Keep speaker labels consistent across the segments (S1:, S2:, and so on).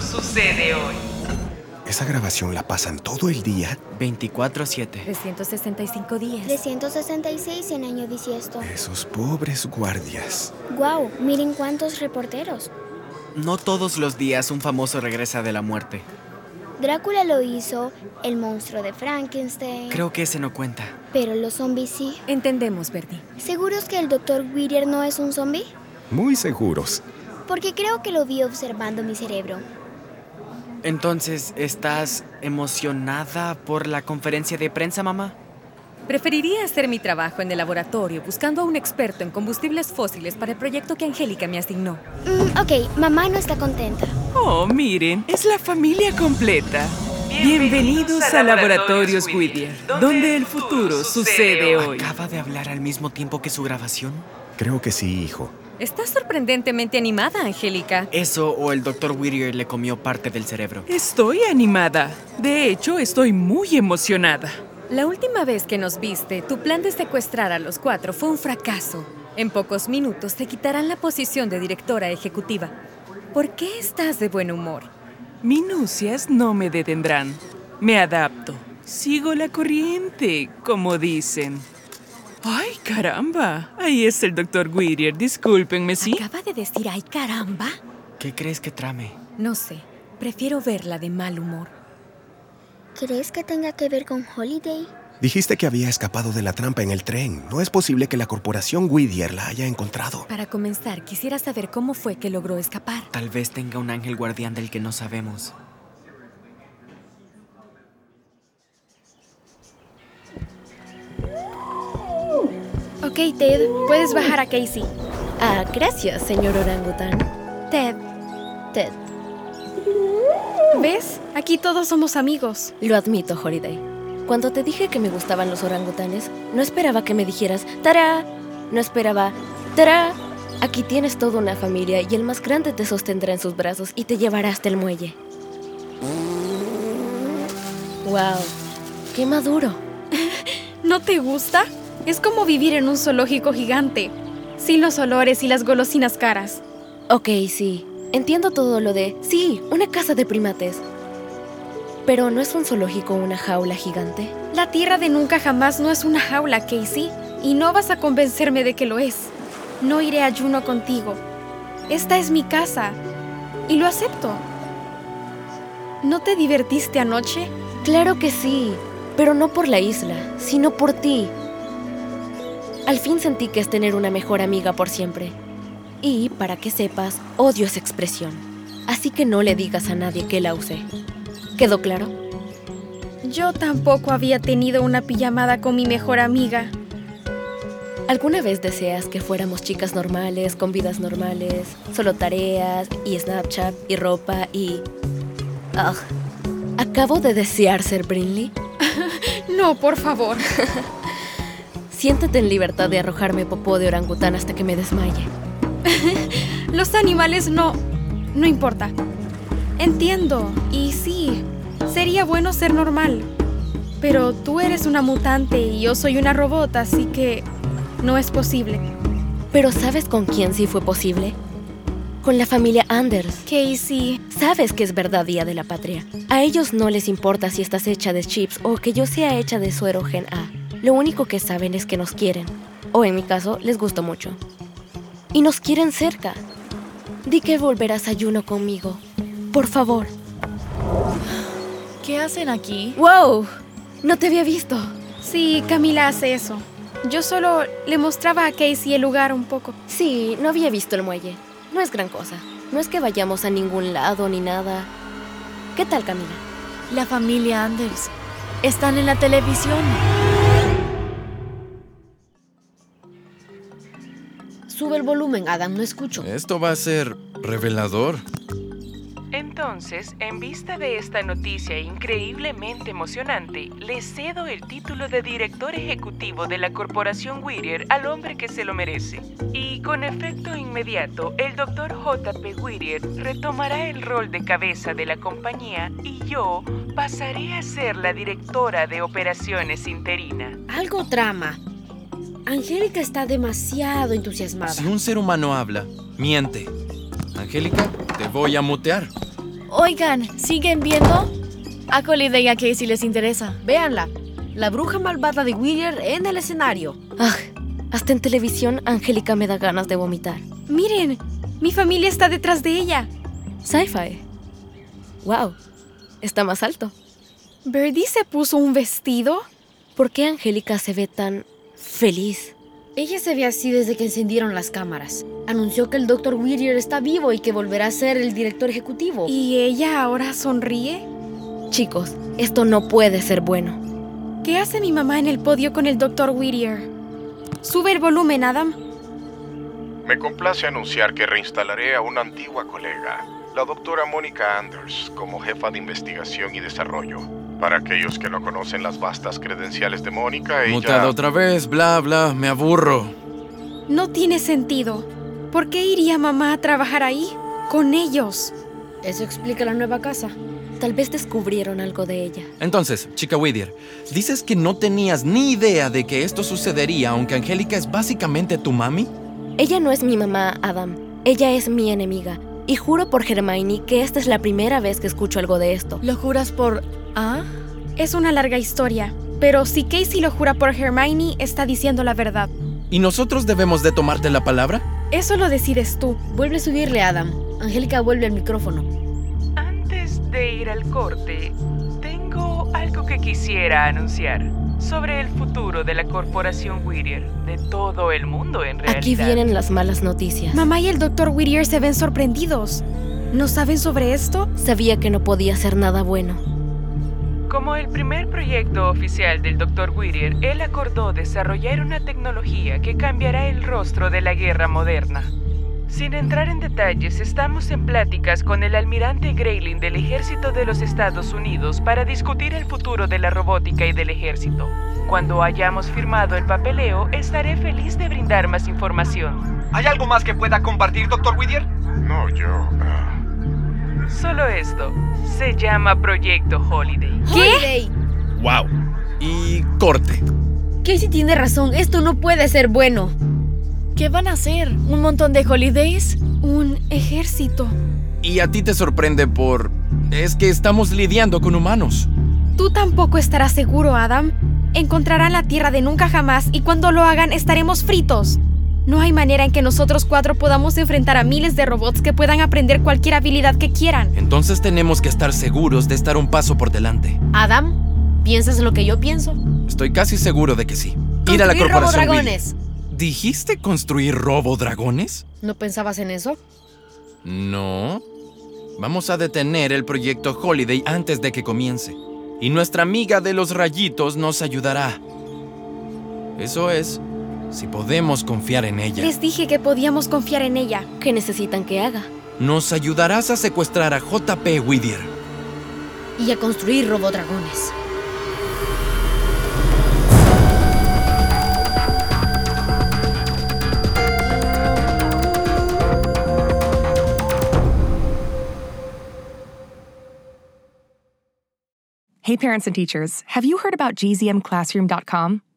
S1: sucede hoy.
S2: Esa grabación la pasan todo el día.
S3: 24-7.
S4: 365 días.
S5: 366 en año bisiesto.
S2: Esos pobres guardias.
S5: ¡Guau! Miren cuántos reporteros.
S3: No todos los días un famoso regresa de la muerte.
S5: Drácula lo hizo, el monstruo de Frankenstein.
S3: Creo que ese no cuenta.
S5: Pero los zombies sí.
S4: Entendemos, Bertie.
S5: ¿Seguros que el doctor Whittier no es un zombie?
S2: Muy seguros.
S5: Porque creo que lo vi observando mi cerebro.
S3: Entonces, ¿estás emocionada por la conferencia de prensa, mamá?
S4: Preferiría hacer mi trabajo en el laboratorio buscando a un experto en combustibles fósiles para el proyecto que Angélica me asignó.
S5: Mm, ok, mamá no está contenta.
S6: Oh, miren, es la familia completa. Bienvenidos a Laboratorios Whittier, donde el futuro sucede hoy.
S3: ¿Acaba de hablar al mismo tiempo que su grabación?
S2: Creo que sí, hijo.
S4: Estás sorprendentemente animada, Angélica.
S3: Eso o el Dr. Whittier le comió parte del cerebro.
S6: Estoy animada. De hecho, estoy muy emocionada.
S4: La última vez que nos viste, tu plan de secuestrar a los cuatro fue un fracaso. En pocos minutos te quitarán la posición de directora ejecutiva. ¿Por qué estás de buen humor?
S6: Minucias no me detendrán. Me adapto. Sigo la corriente, como dicen. ¡Ay, caramba! Ahí es el doctor Whittier. Discúlpenme, ¿sí?
S4: Acaba de decir, ay caramba.
S3: ¿Qué crees que trame?
S4: No sé, prefiero verla de mal humor.
S5: ¿Crees que tenga que ver con Holiday?
S2: Dijiste que había escapado de la trampa en el tren. No es posible que la corporación Whittier la haya encontrado.
S4: Para comenzar, quisiera saber cómo fue que logró escapar.
S3: Tal vez tenga un ángel guardián del que no sabemos.
S7: Ok, Ted, puedes bajar a Casey.
S8: Ah, gracias, señor orangután.
S7: Ted,
S8: Ted,
S7: ¿ves? Aquí todos somos amigos.
S8: lo admito, Holiday. Cuando te dije que me gustaban los orangutanes, no esperaba que me dijeras, ¡Tará! No esperaba, ¡Tará! Aquí tienes toda una familia y el más grande te sostendrá en sus brazos y te llevará hasta el muelle. ¡Wow! ¡Qué maduro!
S7: ¿No te gusta? Es como vivir en un zoológico gigante, sin los olores y las golosinas caras.
S8: Ok, sí. Entiendo todo lo de, sí, una casa de primates. Pero ¿no es un zoológico una jaula gigante?
S7: La tierra de nunca jamás no es una jaula, Casey, y no vas a convencerme de que lo es. No iré a ayuno contigo. Esta es mi casa, y lo acepto. ¿No te divertiste anoche?
S8: Claro que sí, pero no por la isla, sino por ti. Al fin sentí que es tener una mejor amiga por siempre. Y, para que sepas, odio esa expresión. Así que no le digas a nadie que la usé. ¿Quedó claro?
S7: Yo tampoco había tenido una pijamada con mi mejor amiga.
S8: ¿Alguna vez deseas que fuéramos chicas normales, con vidas normales, solo tareas, y Snapchat, y ropa, y... Ugh. Acabo de desear ser Brinley.
S7: No, por favor.
S8: Siéntate en libertad de arrojarme popó de orangután hasta que me desmaye.
S7: Los animales no... No importa. Entiendo, y sí, sería bueno ser normal. Pero tú eres una mutante y yo soy una robot, así que no es posible.
S8: Pero ¿sabes con quién sí fue posible? Con la familia Anders.
S7: Casey,
S8: Sabes que es verdad Día de la Patria. A ellos no les importa si estás hecha de chips o que yo sea hecha de suero gen A. Lo único que saben es que nos quieren. O en mi caso, les gusta mucho. Y nos quieren cerca. Di que volverás a ayuno conmigo. Por favor.
S9: ¿Qué hacen aquí?
S8: ¡Wow! No te había visto.
S7: sí, Camila hace eso. Yo solo le mostraba a Casey el lugar un poco.
S8: Sí, no había visto el muelle. No es gran cosa. No es que vayamos a ningún lado ni nada. ¿Qué tal, Camila?
S9: La familia Anders. Están en la televisión.
S8: Sube el volumen, Adam, no escucho.
S10: Esto va a ser revelador.
S6: Entonces, en vista de esta noticia increíblemente emocionante, le cedo el título de director ejecutivo de la corporación Whittier al hombre que se lo merece. Y con efecto inmediato, el doctor J.P. Whittier retomará el rol de cabeza de la compañía y yo pasaré a ser la directora de operaciones interina.
S11: Algo trama. Angélica está demasiado entusiasmada.
S10: Si un ser humano habla, miente. Angélica, te voy a mutear.
S9: Oigan, ¿siguen viendo? A Colide y a Casey les interesa.
S1: Véanla. La bruja malvada de Whittier en el escenario.
S8: Ah, hasta en televisión, Angélica me da ganas de vomitar.
S7: Miren, mi familia está detrás de ella.
S8: Sci-fi. Wow, está más alto.
S7: ¿Birdie se puso un vestido?
S8: ¿Por qué Angélica se ve tan feliz?
S1: Ella se ve así desde que encendieron las cámaras. Anunció que el Dr. Whittier está vivo y que volverá a ser el director ejecutivo.
S7: ¿Y ella ahora sonríe?
S8: Chicos, esto no puede ser bueno.
S7: ¿Qué hace mi mamá en el podio con el Dr. Whittier? Sube el volumen, Adam.
S12: Me complace anunciar que reinstalaré a una antigua colega, la doctora Mónica Anders, como jefa de investigación y desarrollo. Para aquellos que no conocen las vastas credenciales de Mónica, ella...
S10: Mutado otra vez, bla, bla, me aburro.
S7: No tiene sentido. ¿Por qué iría mamá a trabajar ahí? Con ellos.
S1: Eso explica la nueva casa.
S8: Tal vez descubrieron algo de ella.
S10: Entonces, chica Whittier, dices que no tenías ni idea de que esto sucedería, aunque Angélica es básicamente tu mami.
S8: Ella no es mi mamá, Adam. Ella es mi enemiga. Y juro por Hermione que esta es la primera vez que escucho algo de esto.
S9: ¿Lo juras por ¿Ah?
S7: Es una larga historia, pero si Casey lo jura por Hermione, está diciendo la verdad.
S10: ¿Y nosotros debemos de tomarte la palabra?
S7: Eso lo decides tú.
S1: Vuelve a subirle, Adam. Angélica vuelve al micrófono.
S6: Antes de ir al corte, tengo algo que quisiera anunciar sobre el futuro de la corporación Whittier, de todo el mundo en realidad.
S8: Aquí vienen las malas noticias.
S7: Mamá y el doctor Whittier se ven sorprendidos. ¿No saben sobre esto?
S8: Sabía que no podía hacer nada bueno.
S6: Como el primer proyecto oficial del Dr. Whittier, él acordó desarrollar una tecnología que cambiará el rostro de la guerra moderna. Sin entrar en detalles, estamos en pláticas con el almirante Grayling del Ejército de los Estados Unidos para discutir el futuro de la robótica y del ejército. Cuando hayamos firmado el papeleo, estaré feliz de brindar más información.
S13: ¿Hay algo más que pueda compartir, Dr. Whittier?
S12: No, yo... ah. No.
S6: Solo esto. Se llama Proyecto Holiday.
S7: ¿Qué?
S10: ¡Wow! Y corte.
S1: Casey tiene razón. Esto no puede ser bueno.
S9: ¿Qué van a hacer? ¿Un montón de holidays?
S7: Un ejército.
S10: Y a ti te sorprende por... Es que estamos lidiando con humanos.
S7: Tú tampoco estarás seguro, Adam. Encontrarán la tierra de nunca jamás y cuando lo hagan estaremos fritos. No hay manera en que nosotros cuatro podamos enfrentar a miles de robots que puedan aprender cualquier habilidad que quieran.
S10: Entonces tenemos que estar seguros de estar un paso por delante.
S1: Adam, ¿piensas lo que yo pienso?
S10: Estoy casi seguro de que sí.
S1: Construir Ir a la corporación. Robodragones.
S10: ¿Dijiste construir robodragones?
S1: ¿No pensabas en eso?
S10: No. Vamos a detener el proyecto Holiday antes de que comience. Y nuestra amiga de los rayitos nos ayudará. Eso es si podemos confiar en ella.
S7: Les dije que podíamos confiar en ella.
S8: ¿Qué necesitan que haga?
S10: Nos ayudarás a secuestrar a JP Whittier.
S1: Y a construir robodragones.
S14: Hey parents and teachers, have you heard about gzmclassroom.com?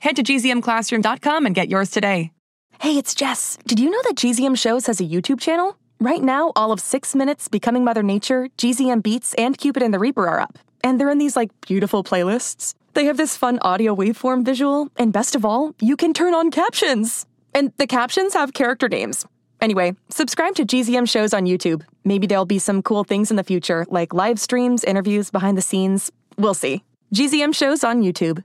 S14: Head to gzmclassroom.com and get yours today. Hey, it's Jess. Did you know that GZM Shows has a YouTube channel? Right now, all of Six Minutes, Becoming Mother Nature, GZM Beats, and Cupid and the Reaper are up. And they're in these, like, beautiful playlists. They have this fun audio waveform visual, and best of all, you can turn on captions. And the captions have character names. Anyway, subscribe to GZM shows on YouTube. Maybe there'll be some cool things in the future, like live streams, interviews, behind the scenes. We'll see. GZM shows on YouTube.